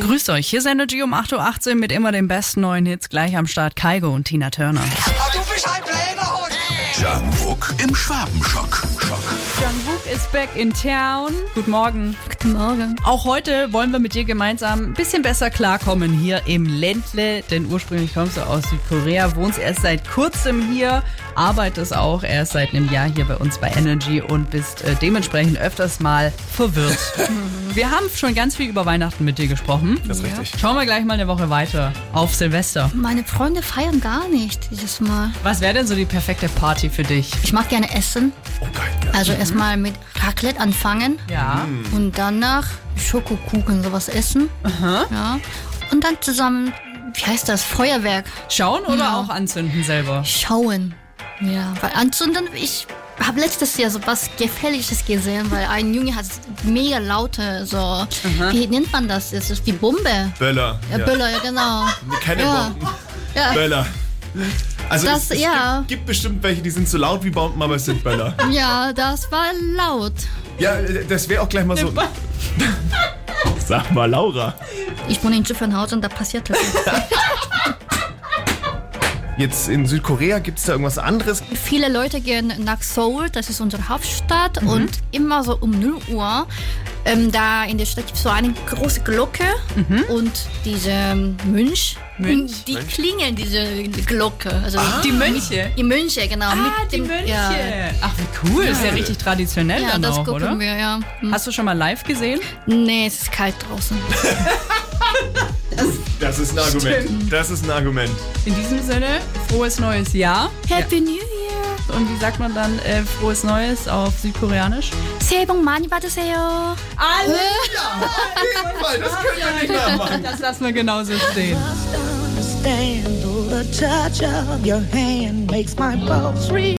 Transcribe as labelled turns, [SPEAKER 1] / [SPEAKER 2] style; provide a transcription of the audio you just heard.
[SPEAKER 1] Grüßt euch, hier sendet G um 8.18 Uhr mit immer den besten neuen Hits gleich am Start. Kaigo und Tina Turner.
[SPEAKER 2] Du bist ein Bläderhund!
[SPEAKER 3] Jump im Schwabenschock. Schock.
[SPEAKER 1] John Wook ist back in town. Guten Morgen.
[SPEAKER 4] Guten Morgen.
[SPEAKER 1] Auch heute wollen wir mit dir gemeinsam ein bisschen besser klarkommen hier im Ländle, denn ursprünglich kommst du aus Südkorea, wohnst erst seit kurzem hier, arbeitest auch erst seit einem Jahr hier bei uns bei Energy und bist äh, dementsprechend öfters mal verwirrt. wir haben schon ganz viel über Weihnachten mit dir gesprochen.
[SPEAKER 3] Das ist richtig.
[SPEAKER 1] Schauen wir gleich mal eine Woche weiter auf Silvester.
[SPEAKER 4] Meine Freunde feiern gar nicht dieses Mal.
[SPEAKER 1] Was wäre denn so die perfekte Party für dich?
[SPEAKER 4] Ich mag gerne essen.
[SPEAKER 3] Oh, geil. Ja.
[SPEAKER 4] Also erstmal mit Raclette anfangen
[SPEAKER 1] Ja.
[SPEAKER 4] und danach Schokokuchen sowas essen. Ja. Und dann zusammen, wie heißt das, Feuerwerk
[SPEAKER 1] Schauen oder
[SPEAKER 4] Ja.
[SPEAKER 1] auch anzünden selber?
[SPEAKER 4] schauen. Ja, weil anzünden, ich habe letztes Jahr so was Gefährliches gesehen, weil ein Junge hat mega laute, so, wie nennt man das? Das ist die Bombe.
[SPEAKER 3] Böller.
[SPEAKER 4] Ja, Böller, ja genau.
[SPEAKER 3] Keine
[SPEAKER 4] Ja.
[SPEAKER 3] Bomben.
[SPEAKER 4] Ja,
[SPEAKER 3] Böller. Also
[SPEAKER 4] Das-
[SPEAKER 3] es, es
[SPEAKER 4] ja.
[SPEAKER 3] gibt, gibt bestimmt welche, die sind so laut wie Bomben, aber es sind Böller.
[SPEAKER 4] ja, das war laut.
[SPEAKER 3] ja, äh, das wäre auch gleich mal so. Sag mal, Laura.
[SPEAKER 4] Ich wohne in Schiffernhausen, da passiert das.
[SPEAKER 3] Jetzt in Südkorea gibt es da irgendwas anderes.
[SPEAKER 4] Viele Leute gehen nach Seoul, das ist unsere Hauptstadt, und immer so um 0 Uhr. Ähm, da in der Stadt gibt es so eine große Glocke und diese ähm, Mhm. Mönch,
[SPEAKER 1] Mönch.
[SPEAKER 4] die klingeln diese Glocke. Also
[SPEAKER 1] Die Mönche.
[SPEAKER 4] die Mönche, genau.
[SPEAKER 1] Ah, die Mönche.
[SPEAKER 4] Ja,
[SPEAKER 1] Ach, wie cool. Ist ja richtig traditionell
[SPEAKER 4] ja
[SPEAKER 1] dann
[SPEAKER 4] das
[SPEAKER 1] auch,
[SPEAKER 4] gucken
[SPEAKER 1] oder?
[SPEAKER 4] wir, ja. Hm.
[SPEAKER 1] Hast du schon mal live gesehen?
[SPEAKER 4] Nee, es ist kalt draußen.
[SPEAKER 3] Das ist ein Argument. Das ist ein Argument.
[SPEAKER 1] In diesem Sinne, frohes neues Jahr.
[SPEAKER 4] Happy New Year!
[SPEAKER 1] Und wie sagt man dann äh, frohes neues auf Südkoreanisch?
[SPEAKER 4] 새해 복 많이 받으세요!
[SPEAKER 1] Alle!
[SPEAKER 3] Weil das können wir nicht mehr machen.
[SPEAKER 1] Das lassen wir genauso stehen.
[SPEAKER 5] understand. Oh, the touch of your hand makes my pulse reach.